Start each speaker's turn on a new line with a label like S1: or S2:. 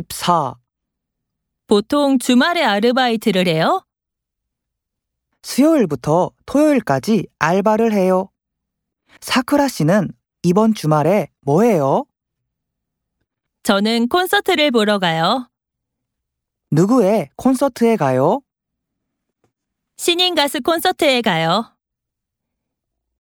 S1: 24.
S2: 보통 주말에 아르바이트를 해요?
S1: 수요일부터 토요일까지 알바를 해요. 사쿠라 씨는 이번 주말에 뭐 해요?
S2: 저는 콘서트를 보러 가요.
S1: 누구의 콘서트에 가요?
S2: 신인 가수 콘서트에 가요.